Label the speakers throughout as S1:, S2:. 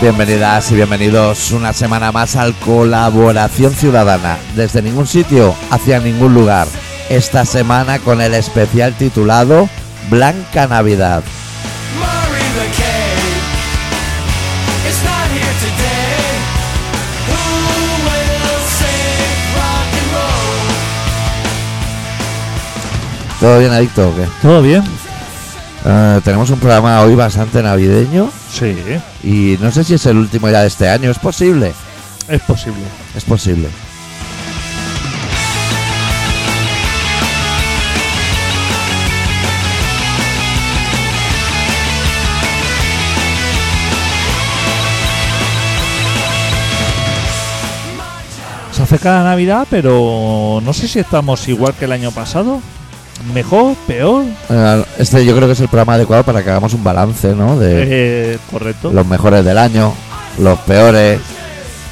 S1: Bienvenidas y bienvenidos una semana más al Colaboración Ciudadana, desde ningún sitio hacia ningún lugar. Esta semana con el especial titulado Blanca Navidad.
S2: Murray the Cave is not here today. Who will save rock and roll?
S1: ¿Todo bien, Adicto o qué?
S3: ¿Todo bien?
S1: Eh, tenemos un programa hoy bastante navideño
S3: Sí,
S1: y no sé si es el último ya de este año, es posible.
S3: es posible.
S1: Es posible.
S3: Se acerca la Navidad, pero no sé si estamos igual que el año pasado. Mejor, peor,
S1: Eh, Este yo creo que es el programa adecuado para que hagamos un balance, ¿no? De
S3: eh, correcto.
S1: los mejores del año, los peores,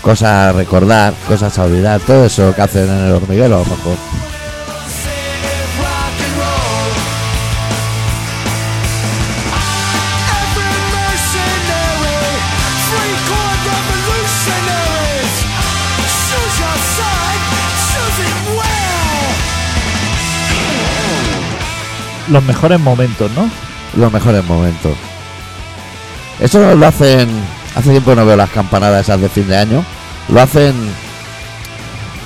S1: cosas a recordar, cosas a olvidar, todo eso que hacen en el hormiguero a lo mejor.
S2: Save rock and roll. Every mercenary, free corn revolutionaries. Choose your side, choose it well.
S3: Los mejores momentos, ¿no?
S1: los mejores momentos. Eso lo hacen. Hace tiempo que no veo las campanadas esas de fin de año. Lo hacen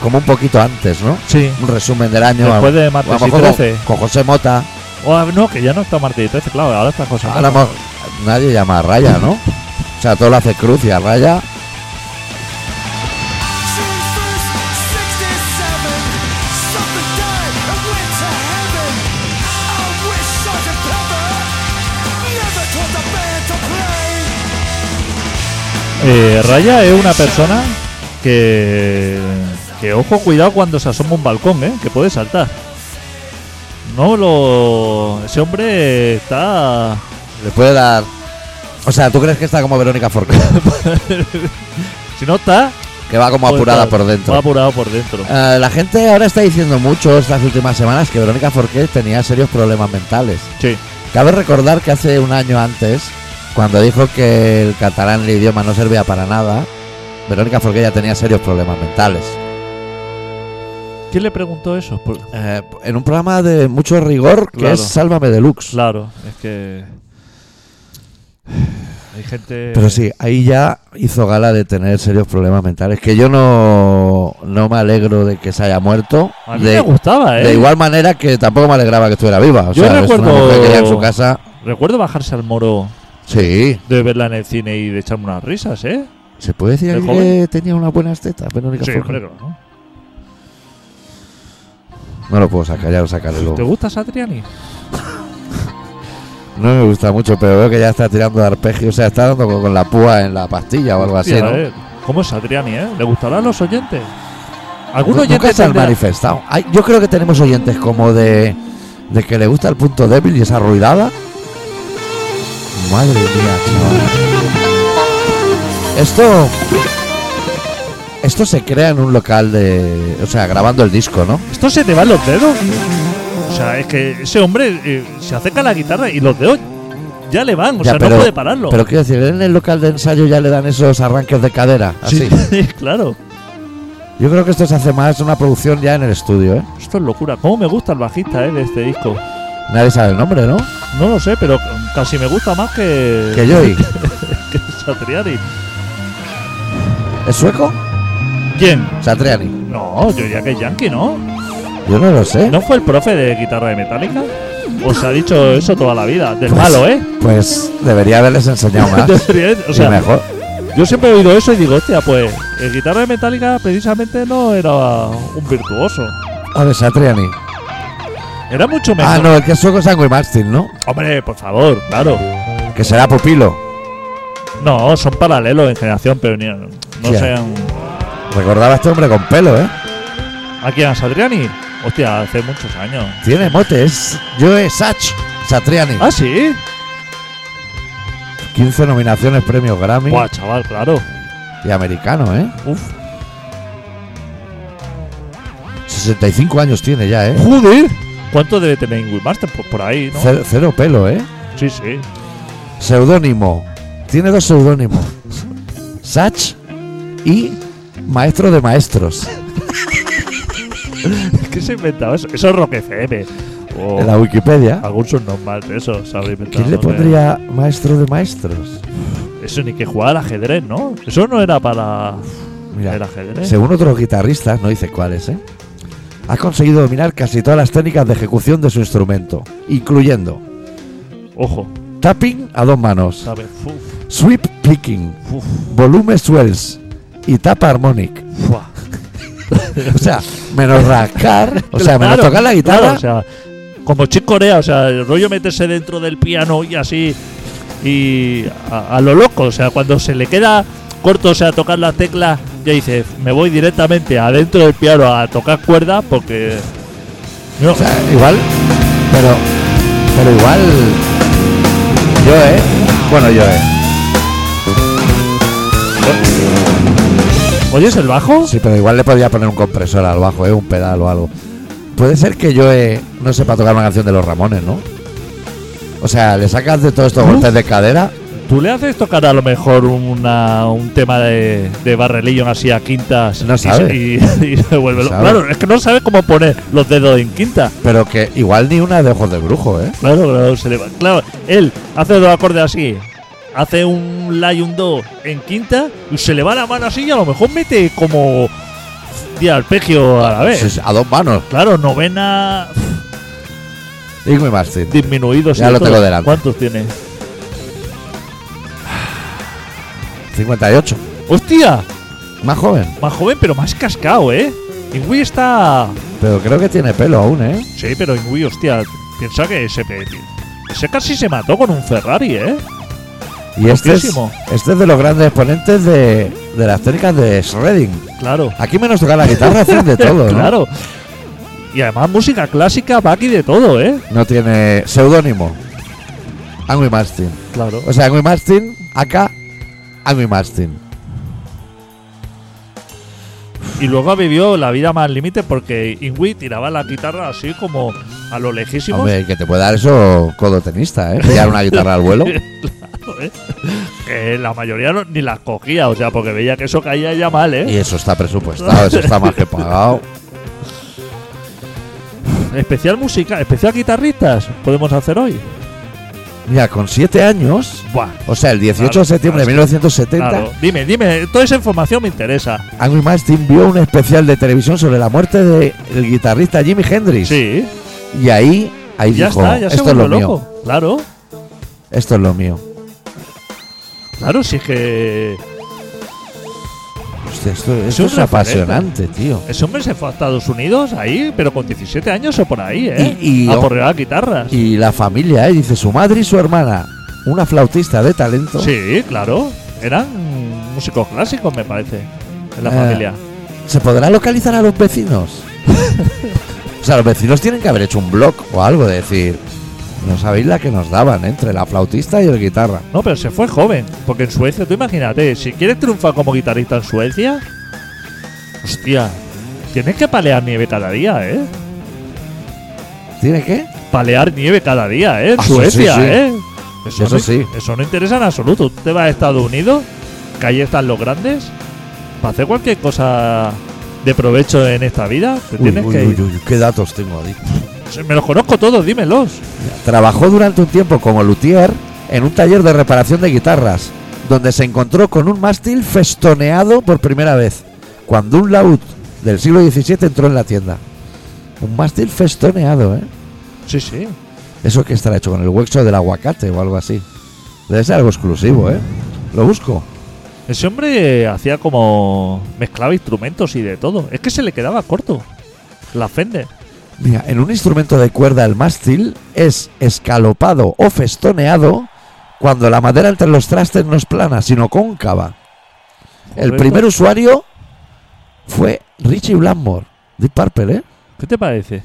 S1: como un poquito antes, ¿no?
S3: Sí.
S1: Un resumen del año.
S3: Después de
S1: a lo
S3: martes y
S1: mejor con-
S3: 13.
S1: Con, José Mota.
S3: Oh, no, que ya no está martes y 13, claro, ahora estas cosas.
S1: Ahora mo- nadie llama a Raya, ¿no? O sea, todo lo hace Cruz y a Raya.
S2: June 1st, 67. Something died and went to heaven. I wish Sergeant Pepper never told the band to play.
S3: Eh, Raya es una persona que. que ojo, cuidado cuando se asoma un balcón, ¿eh? Que puede saltar. No lo. Ese hombre está.
S1: Le puede dar. O sea, ¿tú crees que está como Verónica Forcada?
S3: Si no está.
S1: que va como
S3: puede
S1: apurada
S3: estar-
S1: por dentro.
S3: Pues Va apurado por dentro.
S1: Eh, la gente ahora está diciendo mucho estas últimas semanas que Verónica Forqué tenía serios problemas mentales.
S3: Sí.
S1: Cabe recordar que hace un año antes, cuando dijo que el catalán, el idioma, no servía para nada, Verónica Forqué ya tenía serios problemas mentales.
S3: ¿Quién le preguntó eso? Por-
S1: Eh, en un programa de mucho rigor que
S3: Claro.
S1: es Sálvame Deluxe.
S3: Claro, es que. Hay gente.
S1: Pero sí, ahí ya hizo gala de tener serios problemas mentales. Que yo no, no me alegro de que se haya muerto.
S3: A mí me
S1: De,
S3: gustaba, ¿eh?
S1: de igual manera que tampoco me alegraba que estuviera viva. O sea,
S3: Yo
S1: es una
S3: recuerdo-
S1: mujer que ya en su casa.
S3: Recuerdo bajarse al moro
S1: Sí,
S3: de verla en el cine y de echarme unas risas, ¿eh?
S1: se puede decir
S3: ¿De
S1: aquí que
S3: joven?
S1: tenía unas buenas tetas, Verónica
S3: Sí,
S1: Forqué.
S3: hombre, claro.
S1: No lo puedo sacar, ya lo sacaré luego.
S3: ¿Te gusta Satriani?
S1: No me gusta mucho, pero veo que ya está tirando de arpegio, o sea, está dando con, con la púa en la pastilla o algo así,
S3: Hostia,
S1: ¿no?
S3: eh, ¿Cómo es Satriani, eh? ¿Le gustará a los oyentes? ¿Algún
S1: Nu-
S3: oyente
S1: Nunca se han
S3: tendrá-
S1: manifestado. Ay, yo creo que tenemos oyentes como de, de que le gusta el punto débil y esa ruidada. Madre mía, chaval. Esto. Esto se crea en un local de. O sea, grabando el disco, ¿no?
S3: ¿Esto se te va en los dedos? O sea, es que ese hombre eh, se acerca a la guitarra y los dedos ya le van, o
S1: Ya,
S3: sea,
S1: pero-
S3: no puede pararlo.
S1: Pero quiero decir, en el local de ensayo ya le dan esos arranques de cadera. Así.
S3: sí, claro.
S1: Yo creo que esto se hace más una producción ya en el estudio, ¿eh?
S3: Esto es locura. ¿Cómo me gusta el bajista eh, de este disco?
S1: Nadie sabe el nombre, ¿no?
S3: No lo sé, pero casi me gusta más que.
S1: Que Joy.
S3: que Satriani.
S1: ¿Es sueco?
S3: ¿Quién?
S1: Satriani.
S3: No, yo diría que es Yankee, ¿no?
S1: Yo no lo sé.
S3: ¿No fue el profe de guitarra de Metallica? Os ha dicho eso toda la vida. Del
S1: Pues-
S3: malo, ¿eh?
S1: Pues debería haberles enseñado más.
S3: Debería- o
S1: Y
S3: sea,
S1: mejor.
S3: yo siempre he oído eso y digo, hostia, pues el guitarra de Metallica precisamente no era un virtuoso.
S1: A ver, Satriani.
S3: Era mucho mejor.
S1: Ah, no, el que es sueco es Angry Martin, ¿no?
S3: Hombre, por favor, claro.
S1: Que será pupilo.
S3: No, son paralelos en generación, pero ni- no
S1: Ya.
S3: sean.
S1: Recordaba a este hombre con pelo, ¿eh?
S3: ¿A quién? ¿A Satriani? Hostia, hace muchos años.
S1: Tiene mote, es Joe Sach. Satriani.
S3: ¿Ah, sí?
S1: 15 nominaciones, premios Grammy.
S3: Buah, chaval, claro.
S1: Y americano, ¿eh?
S3: Uf.
S1: 65 años tiene ya, ¿eh?
S3: ¡Joder! ¿Cuánto debe tener Ingrid Master? Pues por ahí, ¿no?
S1: Cero, cero pelo, ¿eh?
S3: Sí, sí.
S1: Seudónimo. Tiene dos seudónimos. Sach y Maestro de Maestros.
S3: ¿Qué se ha inventado eso? Eso es Rock FM. O
S1: En la Wikipedia.
S3: algún subnormal de eso se habrá Oh. inventado. eh.
S1: ¿Quién le
S3: no sé.
S1: pondría Maestro de Maestros?
S3: Eso ni que jugar al ajedrez, ¿no? Eso no era para
S1: Mira,
S3: el ajedrez.
S1: Según otros guitarristas, no dice cuáles, ¿eh? Ha conseguido dominar casi todas las técnicas de ejecución de su instrumento, incluyendo
S3: Ojo.
S1: tapping a dos manos,
S3: ¿sabes? Fuf,
S1: sweep picking,
S3: fuf,
S1: volume swells y tap harmonic.
S3: fua.
S1: O sea, menos rascar, o sea, menos
S3: Claro,
S1: tocar la guitarra.
S3: claro, o sea, como Chick Corea, o sea, el rollo meterse dentro del piano y así. Y a, a lo loco, o sea, cuando se le queda corto, o sea, tocar la tecla, ya dice, me voy directamente adentro del piano a tocar cuerda porque. No,
S1: O sea, igual, pero, pero igual, yo, ¿eh? Bueno, yo, ¿eh?
S3: ¿Oyes el bajo?
S1: Sí, pero igual le podría poner un compresor al bajo, ¿eh? Un pedal o algo. Puede ser que yo eh, no sepa tocar una canción de los Ramones, ¿no? O sea, le sacas de todos estos
S3: ¿No?
S1: golpes de cadera.
S3: ¿Tú le haces tocar a lo mejor una- un tema de, de barrelillo así a quintas?
S1: No
S3: y-
S1: sabe.
S3: Y, y se
S1: No
S3: vuelve loco.
S1: sabe.
S3: Claro, es que no sabe cómo poner los dedos en quinta.
S1: Pero que igual ni una de ojos de brujo, ¿eh?
S3: Claro, claro, se le va. Claro, él hace dos acordes así. Hace un la y un do en quinta y se le va la mano así y a lo mejor mete como de arpegio a la vez.
S1: Sí, sí, A dos manos.
S3: Claro, novena
S1: Ingrid Martin.
S3: disminuido.
S1: Ya
S3: sí,
S1: lo
S3: todo.
S1: tengo delante.
S3: ¿Cuántos tiene?
S1: 58.
S3: ¡Hostia!
S1: Más joven.
S3: Más joven pero más cascado, ¿eh? Ingui está...
S1: Pero creo que tiene pelo aún, ¿eh?
S3: Sí, pero Ingui, hostia, piensa que ese... pe- Ese casi se mató con un Ferrari, ¿eh?
S1: Y este es,
S3: Loquísimo.
S1: este es de los grandes exponentes de, de las técnicas de Shredding.
S3: Claro.
S1: Aquí menos tocar la guitarra hacen de todo, ¿no?
S3: claro. Y además música clásica, va aquí de todo, ¿eh?
S1: No tiene seudónimo. Angry Martin.
S3: Claro.
S1: O sea, Angry Martin, acá, Angry Martin.
S3: Y luego vivió la vida más al límite porque Ingui tiraba la guitarra así como a lo lejísimos.
S1: Hombre, que te puede dar eso codo tenista, ¿eh? Pillar una guitarra al vuelo.
S3: Claro, ¿eh? Que la mayoría no- ni las cogía, o sea, porque veía que eso caía ya mal,
S1: Y
S3: ¿eh?
S1: eso está presupuestado, eso está más que pagado.
S3: Especial música, especial guitarristas, podemos hacer hoy.
S1: Mira, con 7 años,
S3: Buah.
S1: o sea, el 18
S3: Claro,
S1: de septiembre de
S3: claro,
S1: 1970,
S3: Claro. Dime, dime, toda esa información me interesa.
S1: Angry Martin vio un especial de televisión sobre la muerte del guitarrista Jimi Hendrix.
S3: Sí,
S1: Y ahí, ahí
S3: ya
S1: dijo,
S3: está, ya se
S1: esto es lo
S3: vuelve
S1: mío,
S3: loco. Claro,
S1: esto es lo mío.
S3: claro, sí que.
S1: Hostia, esto, esto
S3: Es ¿eh? un
S1: es
S3: referente.
S1: apasionante, tío.
S3: Ese hombre se fue a Estados Unidos ahí, pero con 17 años o por ahí, ¿eh?
S1: Y- y-
S3: a porrear guitarras.
S1: Y la familia, ¿eh? dice su madre y su hermana, una flautista de talento.
S3: Sí, claro. Eran músicos clásicos, me parece, en la
S1: Eh.
S3: familia.
S1: ¿Se podrá localizar a los vecinos? o sea, los vecinos tienen que haber hecho un blog o algo, de decir, no sabéis la que nos daban ¿eh? entre la flautista y el guitarra.
S3: No, pero se fue joven, porque en Suecia, tú imagínate, si quieres triunfar como guitarrista en Suecia, hostia, tienes que palear nieve cada día, ¿eh?
S1: ¿Tiene qué?
S3: Palear nieve cada día, ¿eh? En
S1: Ah, sí,
S3: Suecia,
S1: sí, sí.
S3: ¿eh? Eso,
S1: Eso
S3: no,
S1: sí.
S3: Eso no interesa en absoluto. Tú te vas a Estados Unidos, que ahí están los grandes, para hacer cualquier cosa de provecho en esta vida, te
S1: Uy,
S3: tienes
S1: uy,
S3: que
S1: uy,
S3: ir.
S1: uy, ¿Qué datos tengo ahí?
S3: Se- Me los conozco todos, dímelos.
S1: Trabajó durante un tiempo como luthier en un taller de reparación de guitarras, donde se encontró con un mástil festoneado por primera vez, cuando un laúd del siglo XVII entró en la tienda. Un mástil festoneado, ¿eh?
S3: Sí, sí.
S1: ¿Eso que estará hecho con el hueso del aguacate o algo así? Debe ser algo exclusivo, ¿eh? Lo busco.
S3: Ese hombre hacía como. mezclaba instrumentos y de todo. Es que se le quedaba corto. La Fender.
S1: Mira, en un instrumento de cuerda el mástil es escalopado o festoneado cuando la madera entre los trastes no es plana, sino cóncava. El
S3: Correcto.
S1: primer usuario fue Richie Blackmore. Deep Purple, ¿eh?
S3: ¿Qué te parece?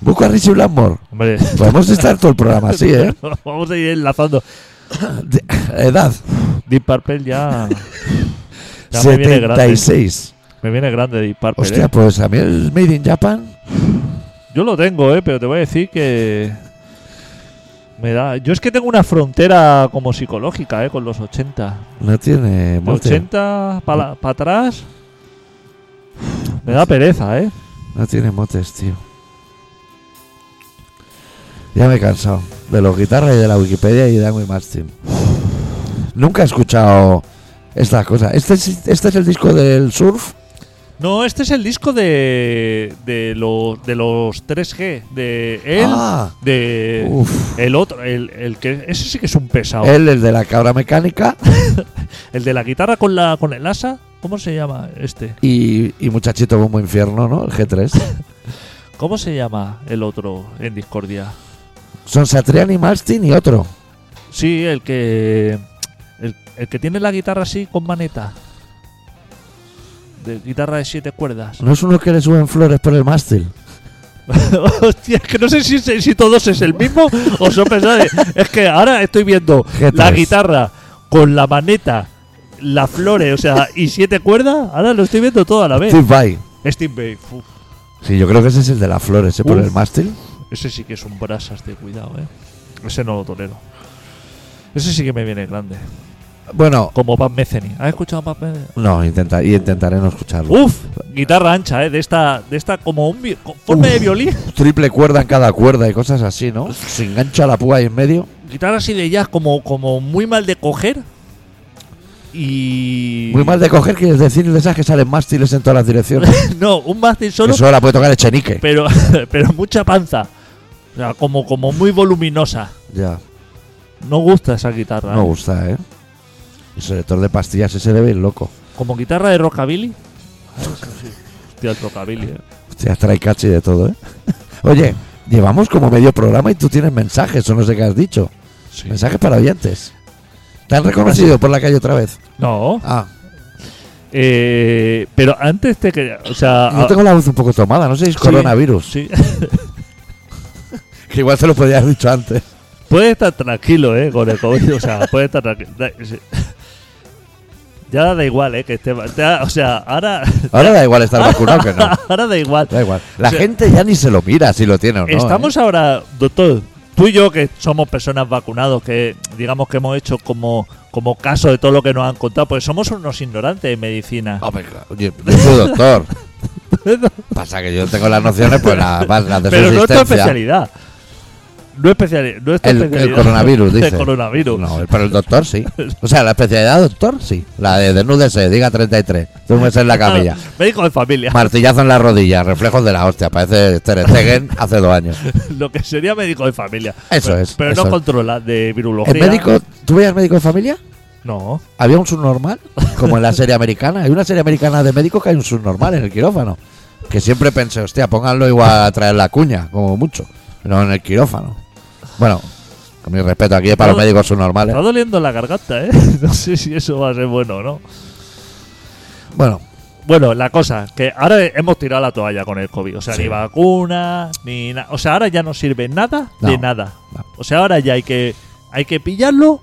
S1: Busca a Richie Blackmore.
S3: Hombre.
S1: Podemos estar todo el programa así, ¿eh?
S3: Vamos a ir enlazando.
S1: De- edad,
S3: Deep Purple ya. ya me viene grande.
S1: 76.
S3: Me viene grande Deep Purple.
S1: Hostia,
S3: ¿eh?
S1: pues a mí el Made in Japan
S3: Yo lo tengo, ¿eh? pero te voy a decir que. Me da, yo es que tengo una frontera como psicológica, ¿eh? Con los 80.
S1: No tiene
S3: De
S1: mote.
S3: 80 para atrás. Me da pereza, ¿eh?
S1: No tiene motes, tío. Ya me he cansado de los guitarras y de la Wikipedia y de Angry Martin. Nunca he escuchado estas cosas. Este es, este es el disco del surf.
S3: No, este es el disco de, de, los, de los 3G. De él,
S1: Ah.
S3: de
S1: Uf.
S3: el otro, el, el que. Ese sí que es un pesado.
S1: Él, el de la cabra mecánica
S3: El de la guitarra con la con el asa. ¿Cómo se llama este?
S1: y, y Muchachito Bombo Infierno, ¿no? El G3.
S3: ¿Cómo se llama el otro en Discordia?
S1: Son Satriani, y Martin y otro.
S3: Sí, el que. El, el que tiene la guitarra así con maneta. De guitarra de siete cuerdas.
S1: No es uno que le suben flores por el mástil.
S3: Hostia, es que no sé si, si todos es el mismo o son pesados. Es que ahora estoy viendo
S1: G3.
S3: la guitarra con la maneta, las flores, o sea, y siete cuerdas. Ahora lo estoy viendo todo a la vez.
S1: Steve Vai.
S3: Steve Vai, uf,
S1: Sí, yo creo que ese es el de las flores, ¿eh? Por
S3: Uf.
S1: el mástil.
S3: ese sí que son brasas de cuidado, eh. Ese no lo tolero. Ese sí que me viene grande.
S1: Bueno,
S3: Como Pat Metheny. ¿Has escuchado a Pat Metheny?
S1: no, intenta, y intentaré no escucharlo.
S3: Uf, guitarra ancha, eh. De esta, de esta como un vi- con forma de
S1: Uf.
S3: violín.
S1: Triple cuerda en cada cuerda y cosas así, ¿no? Se engancha la púa ahí en medio.
S3: Guitarra así de jazz, como, como muy mal de coger. Y.
S1: Muy mal de coger, quieres decir, de esas que salen mástiles en todas las direcciones.
S3: No, un mástil solo,
S1: Eso la puede tocar Echenique.
S3: pero, pero mucha panza. O sea, como, como muy voluminosa.
S1: Ya,
S3: No gusta esa guitarra.
S1: no
S3: ¿eh?
S1: gusta, ¿eh? El selector de pastillas ese debe ir loco.
S3: Como guitarra de rockabilly. Hostia, el rockabilly. ¿eh?
S1: Hostia, trae cachi de todo, ¿eh? Oye, llevamos como medio programa y tú tienes mensajes, o no sé qué has dicho. Mensajes para oyentes. ¿Te han reconocido por la calle otra vez?
S3: No,
S1: Ah,
S3: eh, pero antes te quería. O sea.
S1: yo
S3: ah,
S1: tengo la voz un poco tomada, no sé si es
S3: sí,
S1: coronavirus.
S3: Sí.
S1: Que igual se lo podía haber dicho antes.
S3: Puedes estar tranquilo, eh, con el COVID. O sea, puedes estar tranquilo. Ya da igual, eh, que esté. ya, o sea, ahora.
S1: Ahora da igual estar vacunado que no.
S3: Ahora da igual.
S1: Da igual. La
S3: O sea,
S1: gente ya ni se lo mira si lo tiene o no.
S3: Estamos
S1: ¿eh?
S3: ahora, doctor, tú y yo que somos personas vacunados, que digamos que hemos hecho como, como caso de todo lo que nos han contado, pues somos unos ignorantes de medicina.
S1: Hombre, claro, oye, yo soy doctor. Pasa que yo tengo las nociones, pues las, las de
S3: Pero no es tu
S1: subsistencia.
S3: especialidad. No especiali no es tu
S1: el,
S3: especialidad.
S1: el coronavirus, dice.
S3: El coronavirus.
S1: No, el- pero el doctor sí. O sea, la especialidad doctor sí. La de desnúdese, diga 33. Túmbese en la camilla.
S3: Ah, médico de familia.
S1: Martillazo en la rodilla, reflejos de la hostia. Parece Ter Stegen hace dos años.
S3: Lo que sería médico de familia.
S1: Eso
S3: pero,
S1: es,
S3: Pero
S1: eso
S3: no
S1: es.
S3: controla de virología.
S1: ¿El médico? ¿Tú veías médico de familia?
S3: No.
S1: Había un subnormal, como en la serie americana. Hay una serie americana de médicos que hay un subnormal en el quirófano. Que siempre pensé, hostia, pónganlo igual a traer la cuña, como mucho. No en el quirófano. Bueno, con mi respeto aquí para los
S3: Todo-
S1: médicos
S3: Está
S1: subnormales.
S3: doliendo la garganta, ¿eh? No sé si eso va a ser bueno o no.
S1: Bueno,
S3: Bueno, la cosa, que ahora hemos tirado la toalla con el COVID. O sea,
S1: Sí.
S3: ni vacuna, ni nada. O sea, ahora ya no sirve nada de
S1: No,
S3: nada.
S1: no.
S3: O sea, ahora ya hay que, hay que pillarlo,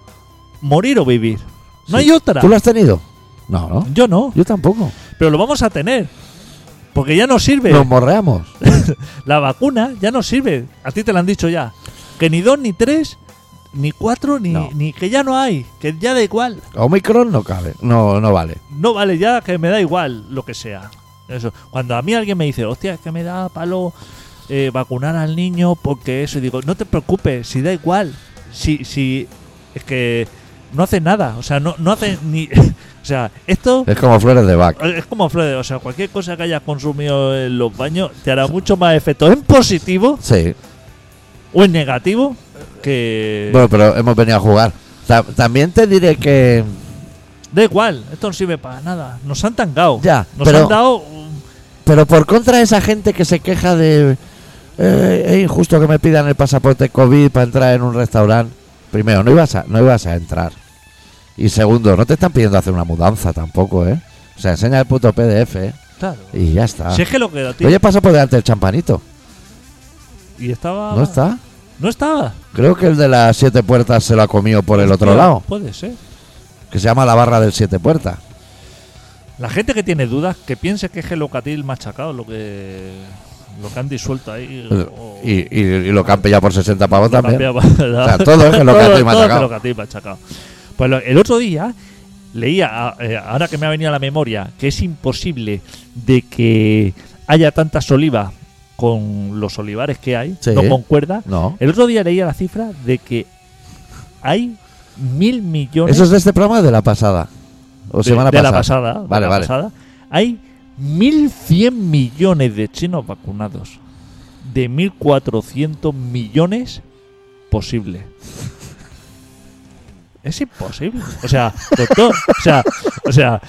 S3: morir o vivir. No
S1: Sí.
S3: hay otra.
S1: ¿tú lo has tenido? No, no.
S3: Yo no,
S1: Yo tampoco.
S3: pero lo vamos a tener. Porque ya no sirve.
S1: Nos morreamos.
S3: La vacuna ya no sirve. A ti te la han dicho ya. Que ni dos, ni tres, ni cuatro, ni,
S1: No.
S3: ni que ya no hay. Que ya da igual.
S1: Omicron no cabe. No, no vale.
S3: no vale ya, que me da igual lo que sea. Eso. Cuando a mí alguien me dice, hostia, es que me da palo eh, vacunar al niño porque eso, y digo, no te preocupes, si da igual, si, si, es que no hace nada, o sea, no, no hace ni, o sea, esto
S1: Es como flores de vaca.
S3: es como Fred, o sea, cualquier cosa que hayas consumido en los baños te hará mucho más efecto en positivo
S1: Sí.
S3: o en negativo que...
S1: Bueno, pero hemos venido a jugar. Ta- también te diré que.
S3: Da igual, esto no sirve para nada, nos han tangado,
S1: Ya,
S3: nos
S1: pero-
S3: han dado... un-
S1: Pero por contra de esa gente que se queja de. eh, es injusto que me pidan el pasaporte COVID para entrar en un restaurante. Primero, no ibas, a, no ibas a entrar. Y segundo, no te están pidiendo hacer una mudanza tampoco, ¿eh? O sea, enseña el puto PDF ¿eh?
S3: Claro.
S1: y ya está.
S3: Si es que lo que da, tío.
S1: Oye, pasa por delante el champanito.
S3: Y estaba...
S1: ¿No está?
S3: No estaba.
S1: Creo que el de las siete puertas se lo ha comido por el otro
S3: Tío,
S1: lado,
S3: Puede ser.
S1: que se llama la barra del siete puertas.
S3: La gente que tiene dudas, que piense que es gelocatil machacado lo que. Lo que han disuelto ahí. o-
S1: Y, y- y lo que han pillado por 60 pavos
S3: Oh. lo
S1: también.
S3: cambiaba, ¿verdad?
S1: O sea, todo es que lo que a ti me ha
S3: todo es
S1: achacado.
S3: lo que a ti me ha achacado. Pues lo- el otro día leía, eh, ahora que me ha venido a la memoria, que es imposible de que haya tantas olivas con los olivares que hay,
S1: Sí.
S3: no concuerda.
S1: No.
S3: El otro día leía la cifra de que hay mil millones
S1: ¿Eso es de este programa o de la pasada? ¿O
S3: de,
S1: semana
S3: de la
S1: pasada?
S3: pasada. de
S1: Vale,
S3: la
S1: vale.
S3: pasada. Hay 1.100 millones de chinos vacunados. De 1.400 millones posible. Es imposible. O sea, doctor, o sea, o sea,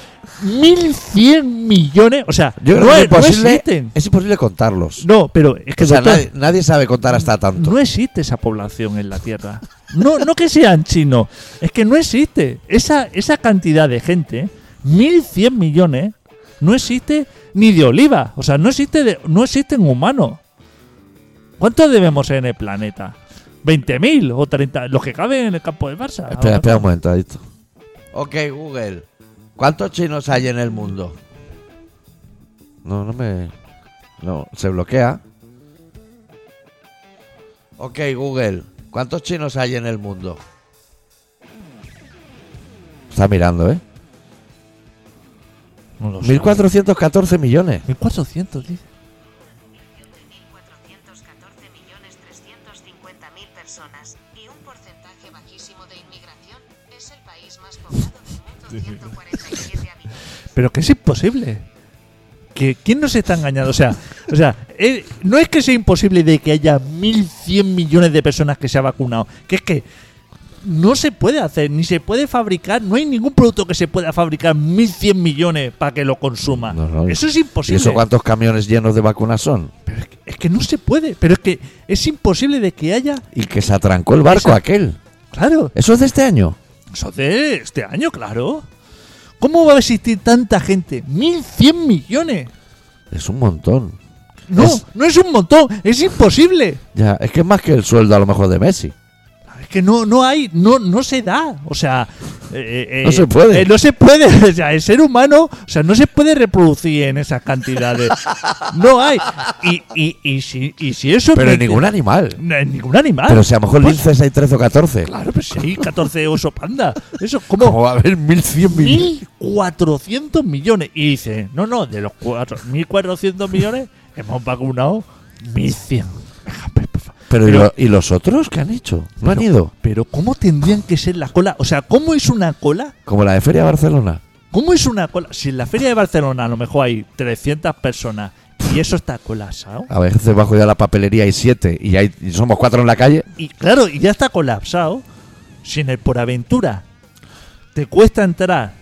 S3: 1.100 millones, o sea,
S1: Yo creo
S3: no,
S1: que es
S3: no
S1: imposible,
S3: existen.
S1: es imposible contarlos.
S3: No, pero es que
S1: o sea,
S3: doctor,
S1: nadie, nadie sabe contar hasta tanto.
S3: no existe esa población en la Tierra. No, no que sean chinos, es que no existe. Esa, esa cantidad de gente, 1.100 millones, no existe ni de oliva. O sea, no, existe de- no existen humanos. ¿Cuántos debemos ser en el planeta? ¿20.000 o 30? Los que caben en el campo de Barça.
S1: Espera, espera un momento. Adicto. Ok, Google. ¿Cuántos chinos hay en el mundo? No, no me. No, se bloquea. Ok, Google. ¿Cuántos chinos hay en el mundo? Está mirando, ¿eh?
S3: No lo sé.
S1: 1.414 millones.
S3: 1.400, dice.
S4: 1.414.350.000 personas, y un porcentaje bajísimo de inmigración, es el país más poblado del mundo, 147 habitantes.
S3: Pero que es imposible. Que, ¿Quién nos está engañando? O sea, o sea eh, no es que sea imposible de que haya 1.100 millones de personas que se ha vacunado. Que es que no se puede hacer, ni se puede fabricar. No hay ningún producto que se pueda fabricar 1.100 millones para que lo consuma.
S1: No, no,
S3: eso es
S1: ¿Y
S3: imposible.
S1: eso cuántos camiones llenos de vacunas son?
S3: Pero es, que, es que no se puede. Pero es que es imposible de que haya...
S1: Y que se atrancó el barco
S3: Esa-
S1: aquel.
S3: Claro,
S1: ¿Eso es de este año?
S3: eso de este año, claro. ¿Cómo va a existir tanta gente? 1.100 millones.
S1: Es un montón.
S3: No,
S1: Es-
S3: no es un montón, es imposible.
S1: Ya, es que es más que el sueldo a lo mejor de Messi.
S3: Es que no, no hay, no, no se da. O sea, eh, eh,
S1: No se puede.
S3: eh, no se puede. O sea, el ser humano, o sea, no se puede reproducir en esas cantidades. No hay. Y, y, y si, y si eso.
S1: Pero
S3: me-
S1: en ningún animal.
S3: No, en ningún animal.
S1: Pero si a lo mejor
S3: Pues,
S1: linces hay 13 o 14.
S3: Claro, pues sí, 14 oso panda. Eso es como.
S1: Como va a haber 1100 millones.
S3: 1.400 millones. Y dice, no, no, de los cuatro- 1.400 millones hemos vacunado 1.100. Déjame, pues, por favor.
S1: Pero, ¿y,
S3: Pero-
S1: lo- y los otros qué han hecho? No han
S3: Pero-
S1: ido.
S3: Pero ¿cómo tendrían que ser las colas? O sea, ¿cómo es una cola?
S1: Como la de Feria de Barcelona.
S3: ¿Cómo es una cola? Si en la feria de Barcelona a lo mejor hay 300 personas y eso está colapsado.
S1: A veces bajo ya la papelería hay 7 y, hay, y somos 4 en la calle.
S3: Y claro, y ya está colapsado. Si en el por aventura te cuesta entrar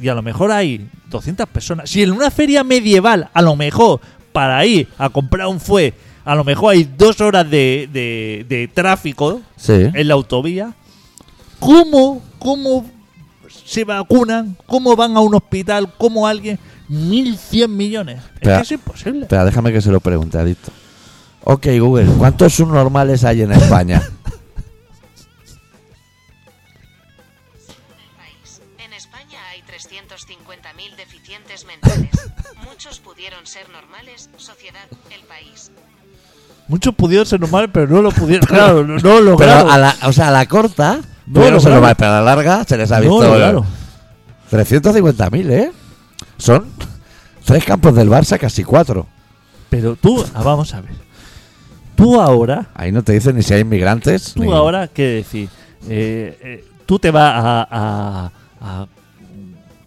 S3: y a lo mejor hay 200 personas. Si en una feria medieval a lo mejor para ir a comprar un fue, a lo mejor hay dos horas de, de- de tráfico
S1: Sí.
S3: en la autovía, ¿cómo, cómo se vacunan? ¿Cómo van a un hospital? ¿Cómo alguien? 1.100 millones.
S1: Espera.
S3: Es que es imposible.
S1: Espera, déjame que se lo pregunte, adicto. Ok, Google, ¿cuántos subnormales hay en España?
S4: del país. En España hay 350.000 deficientes mentales. Muchos pudieron ser normales, sociedad, el país.
S3: Muchos pudieron ser normales, pero no lo pudieron. Claro, no, no lo
S1: Pero
S3: lograron.
S1: a la, o sea, a la corta,
S3: No,
S1: no, se lo
S3: lograron.
S1: va, pero a la larga se les ha
S3: No
S1: visto.
S3: lo lograron.
S1: 350.000, ¿eh? Son tres campos del Barça, casi cuatro.
S3: Pero tú, ah, vamos a ver. Tú ahora,
S1: Ahí no te dicen ni si hay inmigrantes.
S3: tú
S1: ni-
S3: ahora, ¿qué decir? Eh, eh, tú te vas a, a, a,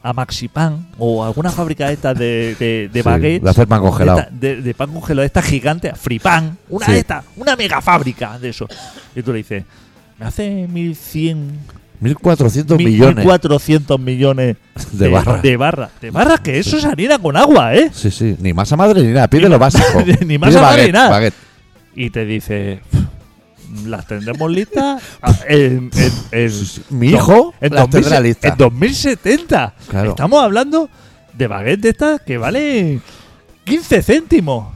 S3: a Maxipan o a alguna fábrica esta de, de,
S1: Sí,
S3: de baguettes.
S1: de hacer pan congelado.
S3: esta- De, de pan congelado, esta gigante, Fripan. Una
S1: Sí.
S3: de estas, una mega fábrica de eso. Y tú le dices, me hace 1100
S1: 1.400
S3: mil-
S1: millones.
S3: 1400 millones
S1: De barra.
S3: De barra, de barra, que eso es harina con agua, ¿eh?
S1: Sí, sí. Ni masa madre ni nada. Pide lo básico.
S3: Ni
S1: Pide
S3: masa madre
S1: baguette,
S3: ni nada.
S1: baguette.
S3: y te dice las tendremos listas ah, en, en- en-
S1: Mi
S3: do-
S1: hijo
S3: en,
S1: las
S3: 2000
S1: tendrá listas.
S3: en 2070
S1: Claro.
S3: estamos hablando de baguettes de estas que valen 15 céntimos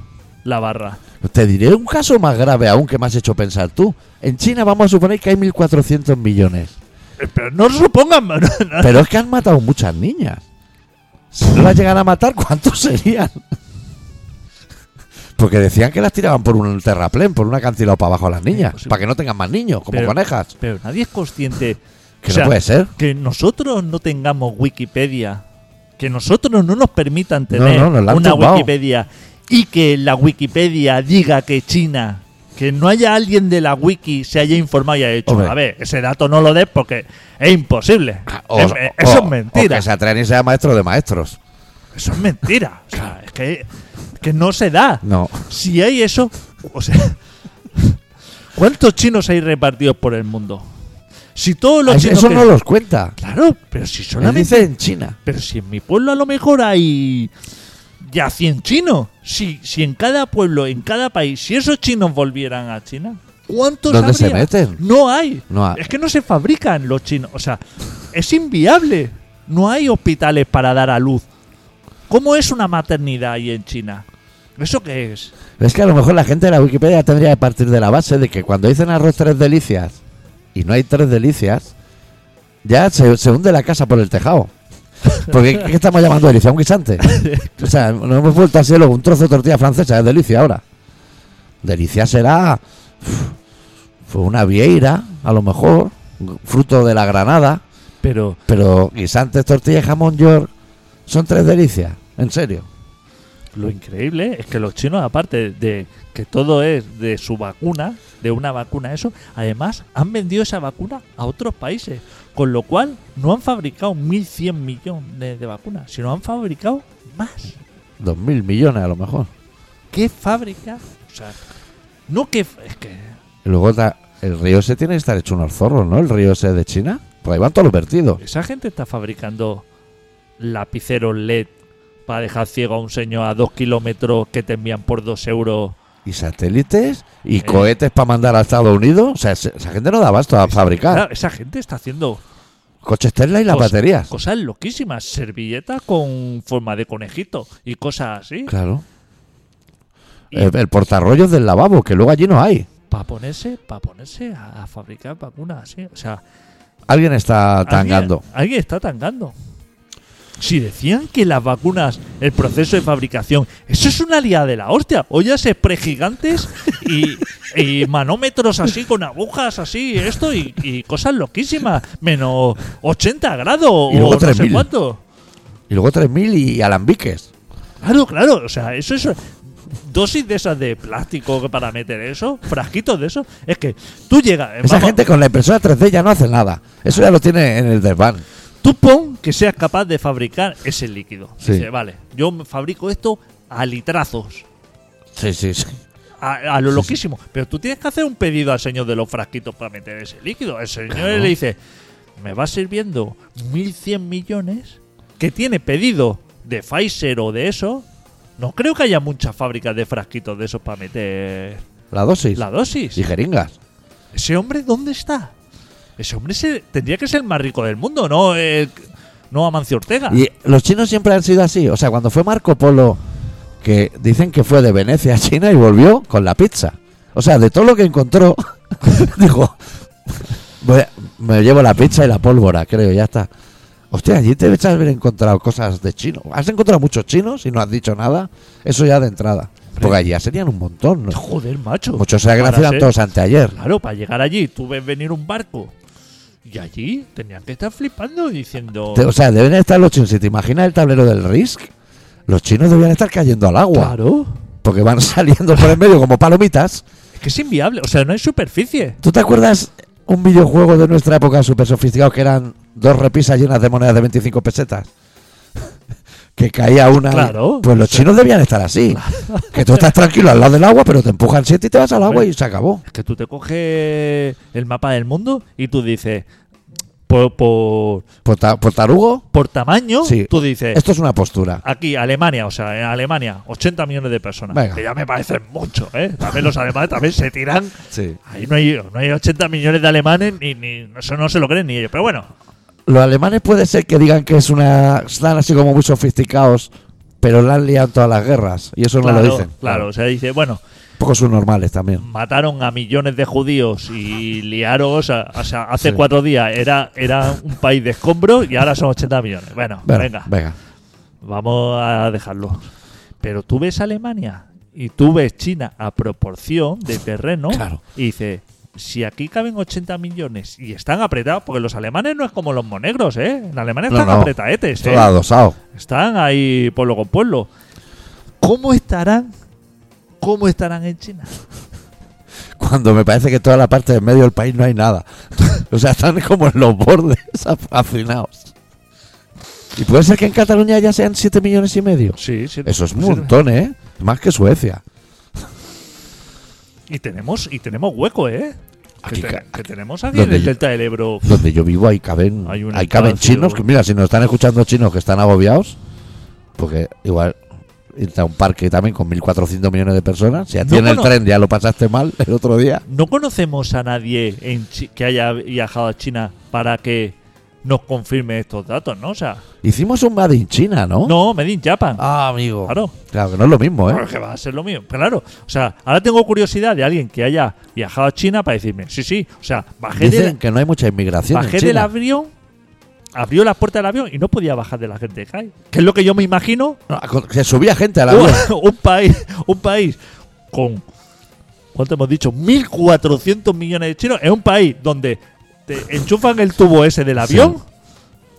S3: la barra
S1: Te diré un caso más grave aún que me has hecho pensar tú. En China vamos a suponer que hay 1.400 millones.
S3: Eh, pero no supongan no, no,
S1: Pero es que han matado muchas niñas. Si no las llegan a matar, ¿cuántos serían? Porque decían que las tiraban por un terraplén, por un acantilado para abajo a las niñas,
S3: Imposible.
S1: para que no tengan más niños, como
S3: Eh, pues Pero-
S1: conejas.
S3: Pero nadie es consciente.
S1: Que
S3: o sea,
S1: no puede ser.
S3: Que nosotros no tengamos Wikipedia. Que nosotros no nos permitan tener
S1: no, nos la han
S3: una
S1: tumbado.
S3: Wikipedia. Y que la Wikipedia diga que China. Que no haya alguien de la wiki se haya informado y haya dicho,
S1: Hombre. Ah,
S3: a ver, ese dato no lo des porque es imposible.
S1: O-
S3: Es- es- Em, eh, eso
S1: o-
S3: es
S1: O
S3: mentira.
S1: que se atreven y sea maestro de maestros.
S3: Eso es mentira. O sea, es que, que no se da.
S1: No.
S3: Si hay eso, o sea, ¿cuántos chinos hay repartidos por el mundo? Si todos los
S1: Es-
S3: chinos.
S1: eso
S3: que-
S1: no los cuenta.
S3: Claro, pero si
S1: Él
S3: solamente.
S1: dice en China.
S3: Pero si en mi pueblo a lo mejor hay. Ya 100 chinos. Si, si en cada pueblo, en cada país, si esos chinos volvieran a China, ¿cuántos
S1: ¿Dónde se
S3: habría?
S1: meten? Ah.
S3: No hay.
S1: No hay.
S3: Es que no se fabrican los chinos. O sea, es inviable. No hay hospitales para dar a luz. ¿Cómo es una maternidad ahí en China? ¿Eso qué es?
S1: Es que a lo mejor la gente de la Wikipedia tendría que partir de la base de que cuando dicen arroz tres delicias y no hay tres delicias, ya se, se hunde la casa por el tejado. Porque ¿qué estamos llamando delicia? Un guisante. O sea, no hemos vuelto a ser un trozo de tortilla francesa, es delicia ahora. Delicia será uf, fue una vieira, a lo mejor, fruto de la granada,
S3: Pero
S1: pero guisantes, tortilla y jamón york son tres delicias, en serio.
S3: lo increíble es que los chinos, aparte de que todo es de su vacuna, de una vacuna, eso, además han vendido esa vacuna a otros países. Con lo cual no han fabricado 1.100 millones de, de vacunas, sino han fabricado más.
S1: Dos mil millones a lo mejor.
S3: ¿Qué fábrica? O sea, no que. Es que
S1: Y luego ta- el río ese tiene que estar hecho unos zorros, ¿no? El río ese de China. Por ahí van todos los vertidos.
S3: pues Esa gente está fabricando lapiceros LED para dejar ciego a un señor a dos kilómetros que te envían por dos euros.
S1: Y satélites y
S3: Eh.
S1: cohetes para mandar a Estados Unidos. O sea, se- esa gente no da abasto a fabricar.
S3: Claro, esa gente está haciendo
S1: Coches Tesla y las
S3: cosas-
S1: baterías.
S3: cosas loquísimas, servilletas con forma de conejito y cosas así.
S1: Claro.
S3: Y-
S1: El, el portarrollos del lavabo, que luego allí no hay.
S3: Para ponerse, para ponerse a, a fabricar vacunas así. O sea,
S1: Alguien está
S3: alguien-
S1: tangando.
S3: Alguien, está tangando. Si decían que las vacunas, el proceso de fabricación, eso es una liada de la hostia. Ollas spray gigantes y, y manómetros así con agujas así, esto y, y cosas loquísimas. Menos 80 grados
S1: Y luego
S3: o no sé
S1: 3000.
S3: cuánto.
S1: Y luego 3.000 y alambiques.
S3: Claro, claro. O sea, eso es. Dosis de esas de plástico que para meter eso, frasquitos de eso. Es que tú llegas.
S1: Esa
S3: vamos,
S1: gente con la impresora 3D ya no hace nada. Eso ya lo tiene en el desván.
S3: Tú pon que seas capaz de fabricar ese líquido.
S1: Sí.
S3: Dice, vale, yo me fabrico esto a litrazos,
S1: Sí, sí, sí.
S3: a, a lo loquísimo. Pero tú tienes que hacer un pedido al señor de los frasquitos para meter ese líquido. El señor le dice, me va sirviendo 1.100 millones que tiene pedido de Pfizer o de eso. No creo que haya muchas fábricas de frasquitos de esos para meter
S1: La dosis.
S3: la dosis.
S1: Y jeringas.
S3: ¿Ese hombre dónde está? Ese hombre se- tendría que ser el más rico del mundo, no, eh, no Amancio Ortega.
S1: Y los chinos siempre han sido así. O sea, cuando fue Marco Polo, que dicen que fue de Venecia a China y volvió con la pizza. O sea, de todo lo que encontró, dijo, "Voy a- me llevo la pizza y la pólvora, creo, ya está. Hostia, allí te echas haber encontrado cosas de chino. ¿Has encontrado muchos chinos y no has dicho nada? Eso ya de entrada. Porque allí ya serían un montón. ¿no?
S3: Joder, macho.
S1: Muchos se
S3: Para
S1: agracian
S3: ser-
S1: todos anteayer.
S3: Claro, para llegar allí, tú ves venir un barco. Y allí tenían que estar flipando diciendo.
S1: Te- O sea, deben estar los chinos. Si te imaginas el tablero del Risk, los chinos debían estar cayendo al agua.
S3: Claro.
S1: Porque van saliendo por el medio como palomitas.
S3: Es que es inviable. O sea, no hay superficie.
S1: ¿Tú te acuerdas un videojuego de nuestra época súper sofisticado que eran dos repisas llenas de monedas de 25 pesetas? que caía una. y-
S3: Claro.
S1: Pues los
S3: Sí.
S1: chinos debían estar así. que tú estás tranquilo al lado del agua, pero te empujan siete y te vas al agua y se acabó.
S3: Es que tú te coges el mapa del mundo y tú dices. Por,
S1: Por,
S3: por,
S1: Pues ta- por tarugo,
S3: por tamaño,
S1: Sí.
S3: tú dices.
S1: esto es una postura.
S3: Aquí, Alemania, o sea, en Alemania, 80 millones de personas.
S1: Venga.
S3: Que ya me parecen mucho, ¿eh? También los alemanes también se tiran.
S1: Sí.
S3: Ahí no hay, no hay 80 millones de alemanes, ni, ni, eso no se lo creen ni ellos. Pero bueno,
S1: Los alemanes puede ser que digan que es una. Están así como muy sofisticados, pero la han liado en todas las guerras. Y eso no lo dicen.
S3: Claro, o sea, dice, bueno,
S1: Pocos subnormales también.
S3: mataron a millones de judíos y liaron, o sea, o sea, hace
S1: Sí.
S3: cuatro días era, era un país de escombros y ahora son 80 millones. Bueno,
S1: Bueno,
S3: venga,
S1: Venga.
S3: vamos a dejarlo. Pero tú ves Alemania y Y tú ves China a proporción de terreno
S1: Claro.
S3: y dice, si aquí caben 80 millones y están apretados, porque los alemanes no es como los monegros, ¿eh? En Alemania
S1: No,
S3: están
S1: no.
S3: apretaetes,
S1: Todo
S3: ¿eh?
S1: adosado.
S3: Están ahí pueblo con pueblo. ¿Cómo estarán? ¿Cómo estarán en China?
S1: Cuando me parece que toda la parte del medio del país no hay nada. o sea, están como en los bordes af- hacinados. Y puede ser que en Cataluña ya sean 7 millones y medio.
S3: Sí, sí.
S1: Eso es
S3: sí.
S1: un montón, ¿eh? Más que Suecia.
S3: Y tenemos, y tenemos hueco, ¿eh?
S1: Aquí
S3: que, te-
S1: ca-
S3: que tenemos aquí en
S1: donde
S3: el
S1: yo-
S3: Delta del Ebro.
S1: Donde yo vivo ahí caben,
S3: Hay un
S1: ahí caben
S3: espacio.
S1: chinos. Que mira, si nos están escuchando chinos que están agobiados, porque igual irte a un parque también con 1.400 millones de personas. Si a ti
S3: No,
S1: en el
S3: bueno.
S1: tren ya lo pasaste mal el otro día.
S3: No conocemos a nadie en Chi- que haya viajado a China para que nos confirme estos datos, ¿no? O sea,
S1: Hicimos un Made in China, ¿no?
S3: no, Made in Japan.
S1: Ah, amigo.
S3: Claro.
S1: Claro, que no es lo mismo, ¿eh?
S3: Claro que va a ser lo mío, claro. O sea, ahora tengo curiosidad de alguien que haya viajado a China para decirme, sí, sí, o sea, bajé, de,
S1: Dicen que no hay mucha inmigración en
S3: bajé del
S1: China.
S3: avión, abrió las puertas del avión y no podía bajar de la gente que hay. Que es lo que yo me imagino
S1: No, con- se subía gente al avión.
S3: un, un país, un país con ¿cuánto hemos dicho? 1400 millones de chinos, es un país donde te enchufan el tubo ese del avión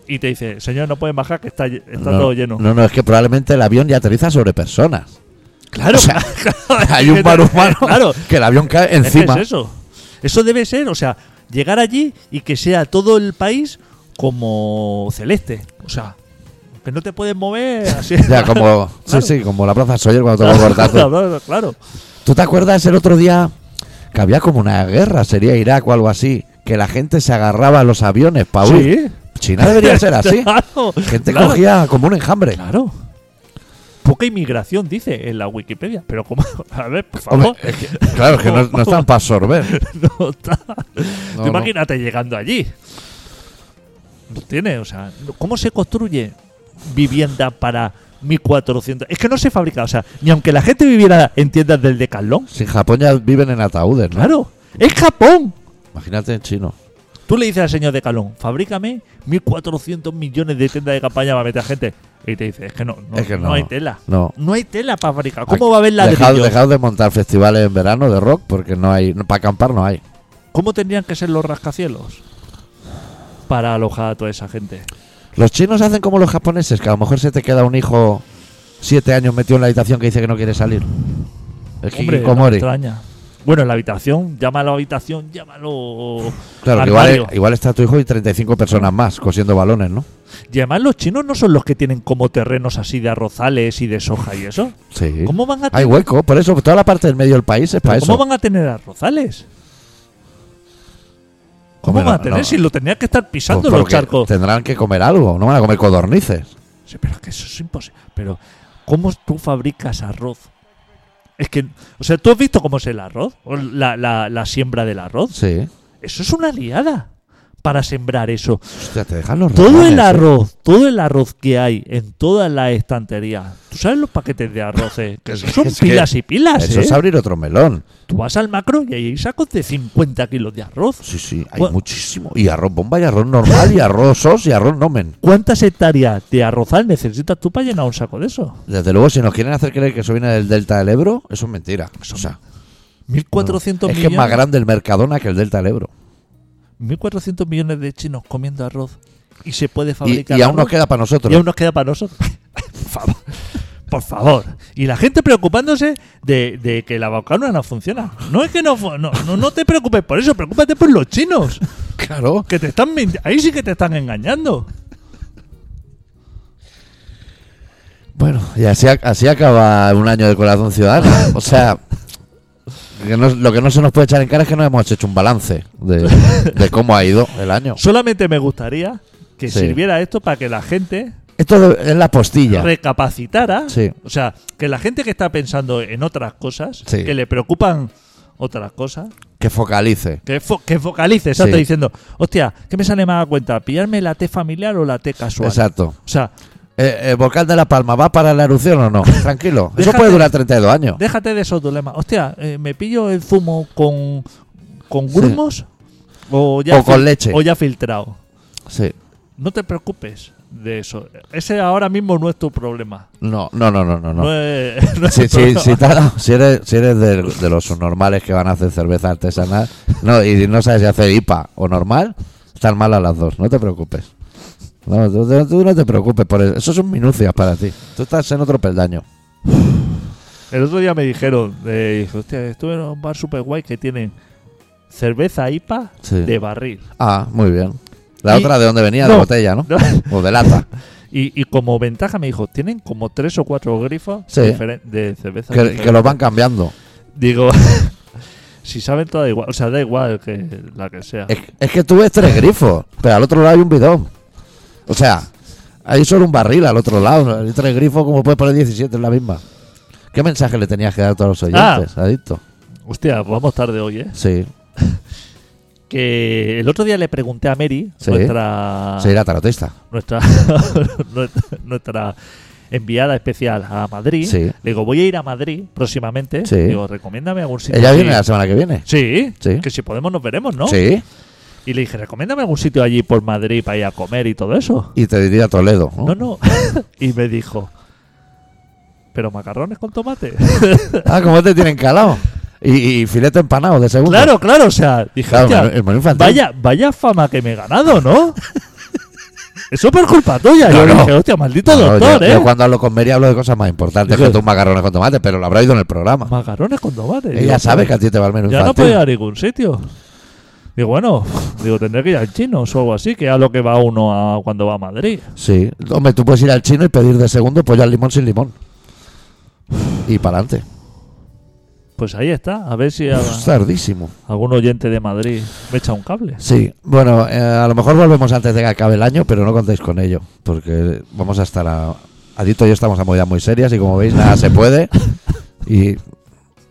S3: y te dice, "Señor, no pueden bajar que está, lle- está
S1: no,
S3: todo lleno."
S1: No, no, es que probablemente el avión ya aterriza sobre personas.
S3: Claro,
S1: o sea,
S3: claro, es
S1: Hay
S3: que
S1: un
S3: te-
S1: mar humano
S3: Claro,
S1: que el avión cae
S3: es que
S1: encima.
S3: es eso. Eso debe ser, o sea, llegar allí y que sea todo el país como celeste, o sea, que no te puedes mover así.
S1: Ya, como,
S3: Claro.
S1: sí, sí, como la plaza Soyer cuando te va cortando.
S3: Claro, claro.
S1: ¿Tú te acuerdas el otro día que había como una guerra? Sería Irak o algo así. Que la gente se agarraba a los aviones para huir.
S3: Sí.
S1: China debería ser así.
S3: Claro,
S1: Gente
S3: claro.
S1: cogía como un enjambre.
S3: Claro. Poca inmigración, dice en la Wikipedia. Pero como... A ver, por
S1: Hombre,
S3: favor.
S1: es que- claro, es que no, no están para absorber.
S3: no está.
S1: No,
S3: Tú
S1: no.
S3: imagínate llegando allí. No tiene, o sea... ¿Cómo se construye vivienda para 1400? Es que no se fabrica, o sea... Ni aunque la gente viviera en tiendas del Decathlon.
S1: Si en Japón ya viven en ataúdes, ¿no?
S3: Claro. ¡Es Japón!
S1: Imagínate en chino.
S3: Tú le dices al señor de Calón, fabrícame 1.400 millones de tiendas de campaña para meter gente. Y te dice, es que no, no,
S1: Es que
S3: no
S1: no,
S3: hay tela.
S1: no.
S3: hay tela para fabricar. ¿Cómo va a haber
S1: Dejad,
S3: ladrillos?
S1: dejad de montar festivales en verano de rock porque no hay. para acampar no hay.
S3: ¿Cómo tendrían que ser los rascacielos? Para alojar a toda esa gente.
S1: Los chinos hacen como los japoneses, que a lo mejor se te queda un hijo siete años metido en la habitación que dice que no quiere salir. Es que
S3: Hombre, no me
S1: Hikikomori.
S3: extraña. Bueno, en la habitación, llámalo habitación, llámalo.
S1: Claro, que
S3: armario.
S1: igual, e-, igual está tu hijo y 35 personas más cosiendo balones, ¿no?
S3: Y además, los chinos no son los que tienen como terrenos así de arrozales y de soja y eso.
S1: Sí.
S3: ¿Cómo van a
S1: Hay
S3: tener,
S1: hueco, por eso toda la parte del medio del país es para
S3: ¿cómo
S1: eso.
S3: van a tener arrozales? ¿Cómo
S1: Hombre,
S3: van a
S1: no,
S3: tener
S1: no.
S3: si lo tenían que estar pisando
S1: Pues
S3: los
S1: porque
S3: charcos?
S1: Tendrán que comer algo, no van a comer codornices.
S3: Sí, pero es que eso es imposible. Pero, ¿cómo tú fabricas arroz? Es que, o sea, ¿tú has visto cómo es el arroz? O la, la- la siembra del arroz.
S1: Sí.
S3: Eso es una liada para sembrar eso.
S1: Hostia, te dejan los
S3: Todo
S1: rincones,
S3: el
S1: ¿eh?
S3: arroz, todo el arroz que hay en todas las estanterías. ¿Tú sabes los paquetes de arroz? eh? Que
S1: Es-
S3: eso son
S1: es que
S3: pilas y pilas,
S1: Eso
S3: ¿eh?
S1: es abrir otro melón.
S3: Tú vas al macro y ahí hay sacos de 50 kilos de arroz.
S1: Sí, sí, hay
S3: Bueno.
S1: muchísimo. Y arroz bomba, y arroz normal, y arroz sos, y arroz nomen.
S3: ¿Cuántas hectáreas de arrozal necesitas tú para llenar un saco de eso?
S1: Desde luego, si nos quieren hacer creer que eso viene del delta del Ebro, eso es mentira. O sea,
S3: 1.400
S1: es que es
S3: millones.
S1: más grande el Mercadona que el delta del Ebro.
S3: 1.400 millones de chinos comiendo arroz y se puede
S1: Y,
S3: fabricar
S1: y aún
S3: arroz,
S1: nos queda para nosotros.
S3: y aún nos queda para nosotros. Por favor. Por favor. Y la gente preocupándose de, de que la vacuna no funciona. No es que no, fu- no, no, no te preocupes por eso, preocúpate por los chinos.
S1: Claro.
S3: Que te están minti- ahí sí que te están engañando.
S1: Bueno, y así, ac- así acaba un año de corazón ciudadano. O sea, que no- lo que no se nos puede echar en cara es que no hemos hecho un balance de, de cómo ha ido el año.
S3: Solamente me gustaría que
S1: Sí.
S3: sirviera esto para que la gente
S1: Esto de- es la postilla.
S3: recapacitara.
S1: Sí.
S3: O sea, que la gente que está pensando en otras cosas,
S1: Sí.
S3: que le preocupan otras cosas,
S1: Que focalice.
S3: Que, fo- que focalice, exacto,
S1: Sí.
S3: diciendo, hostia, ¿qué me sale más a cuenta? ¿Pillarme la T familiar o la T casual?
S1: Exacto.
S3: O sea,
S1: Eh, ¿El volcán de La Palma va para la erupción o no? Tranquilo. Eso
S3: Déjate-
S1: puede durar 32 años.
S3: déjate de esos dilemas. Hostia, eh, ¿me pillo el zumo con, con grumos? O, ya
S1: O con
S3: fil-
S1: leche.
S3: O ya filtrado.
S1: Sí.
S3: No te preocupes. de eso. Ese ahora mismo no es tu problema.
S1: No, no, no, no, no.
S3: No,
S1: no.
S3: es, no es
S1: Sí,
S3: tu
S1: sí,
S3: problema.
S1: sí, te ha dado- si eres, si eres de, de los normales que van a hacer cerveza artesanal no, y no sabes si hacer IPA o normal, están mal a las dos, no te preocupes. No, tú, tú- tú no te preocupes por eso, eso son minucias para ti. Tú estás en otro peldaño.
S3: El otro día me dijeron, eh, dije, hostia, estuve en un bar super guay que tienen cerveza IPA
S1: Sí.
S3: de barril.
S1: Ah, muy bien. La
S3: Y-
S1: otra de dónde venía, de
S3: no.
S1: botella, ¿no?
S3: ¿no?
S1: O de lata.
S3: y, y como ventaja me dijo, tienen como tres o cuatro grifos
S1: Sí.
S3: diferen- de cerveza.
S1: Que,
S3: diferente".
S1: que los van cambiando.
S3: Digo, si saben toda igual, o sea, da igual que la que sea.
S1: Es, es que tú ves tres grifos, pero al otro lado hay un bidón. O sea, hay solo un barril al otro lado. Hay tres grifos, como puedes poner 17 en la misma? ¿Qué mensaje le tenías que dar a todos los
S3: Ah.
S1: oyentes, adicto?
S3: Hostia, vamos tarde hoy, ¿eh?
S1: Sí,
S3: Que el otro día le pregunté a Mary,
S1: Sí.
S3: nuestra,
S1: sí, la tarotista.
S3: nuestra, nuestra nuestra enviada especial a Madrid.
S1: Sí.
S3: Le digo, voy a ir a Madrid próximamente.
S1: Sí.
S3: Digo, recomiéndame algún sitio.
S1: Ella
S3: así".
S1: viene la semana que viene.
S3: Sí,
S1: Sí.
S3: que si podemos nos veremos, ¿no?
S1: Sí,
S3: Y le dije, recomiéndame algún sitio allí por Madrid para ir a comer y todo eso.
S1: y te diría Toledo. ¿no?
S3: No, no. y me dijo, pero macarrones con tomate.
S1: Ah, ¿cómo te tienen calado? Y, y filete empanado de segundo.
S3: claro, claro, o sea, dije,
S1: Claro,
S3: "Hostia,
S1: menú- el menú infantil".
S3: vaya, vaya fama que me he ganado, ¿no? Eso por culpa tuya.
S1: No,
S3: yo le
S1: no.
S3: dije, hostia, maldito
S1: No,
S3: doctor,
S1: yo,
S3: ¿eh?
S1: yo cuando hablo con Mary hablo de cosas más importantes
S3: Digo-
S1: que tus macarrones con tomate, pero lo habrá oído en el programa.
S3: Macarrones con tomate.
S1: Ella
S3: Digo,
S1: sabe que a ti te va el menú
S3: Ya no
S1: infantil.
S3: puedo ir a ningún sitio. Digo, bueno, digo, tendré que ir al chino o algo así, que es a lo que va uno a- cuando va a Madrid.
S1: Sí, hombre, tú puedes ir al chino y pedir de segundo pollo al limón sin limón. Y para adelante.
S3: Pues ahí está, a ver si a-
S1: Es tardísimo.
S3: algún oyente de Madrid me echa un cable.
S1: Sí, bueno, eh, a lo mejor volvemos antes de que acabe el año, pero no contéis con ello, porque vamos a estar a... Adito y yo estamos a movidas muy serias y como veis nada se puede. Y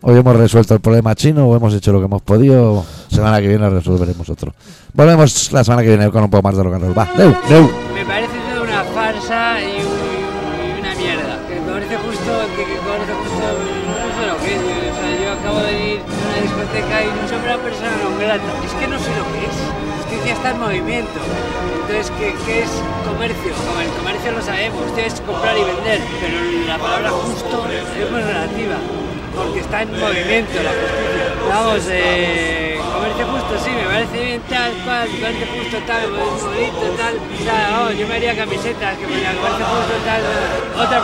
S1: hoy hemos resuelto el problema chino, o hemos hecho lo que hemos podido, semana que viene resolveremos otro. Volvemos la semana que viene con un poco más de rock and roll. Va, deu, deu.
S5: Me parece toda una farsa y, un- y una mierda. Que me parece justo, que, que me parece justo, no sé lo que es. O sea, yo acabo de ir a una discoteca y no soy una persona no grata. Es que no sé lo que es. Es que ya está en movimiento. Entonces, ¿qué, qué es comercio? Como el comercio lo sabemos, es comprar y vender. Pero la palabra justo es muy relativa. Porque está en movimiento la justicia. Vamos, eh, comercio justo, sí, me parece bien tal cual, comercio justo tal, bonito tal. O sea, oh, yo me haría camisetas que ponía comercio justo tal. Otra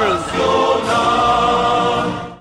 S5: pregunta.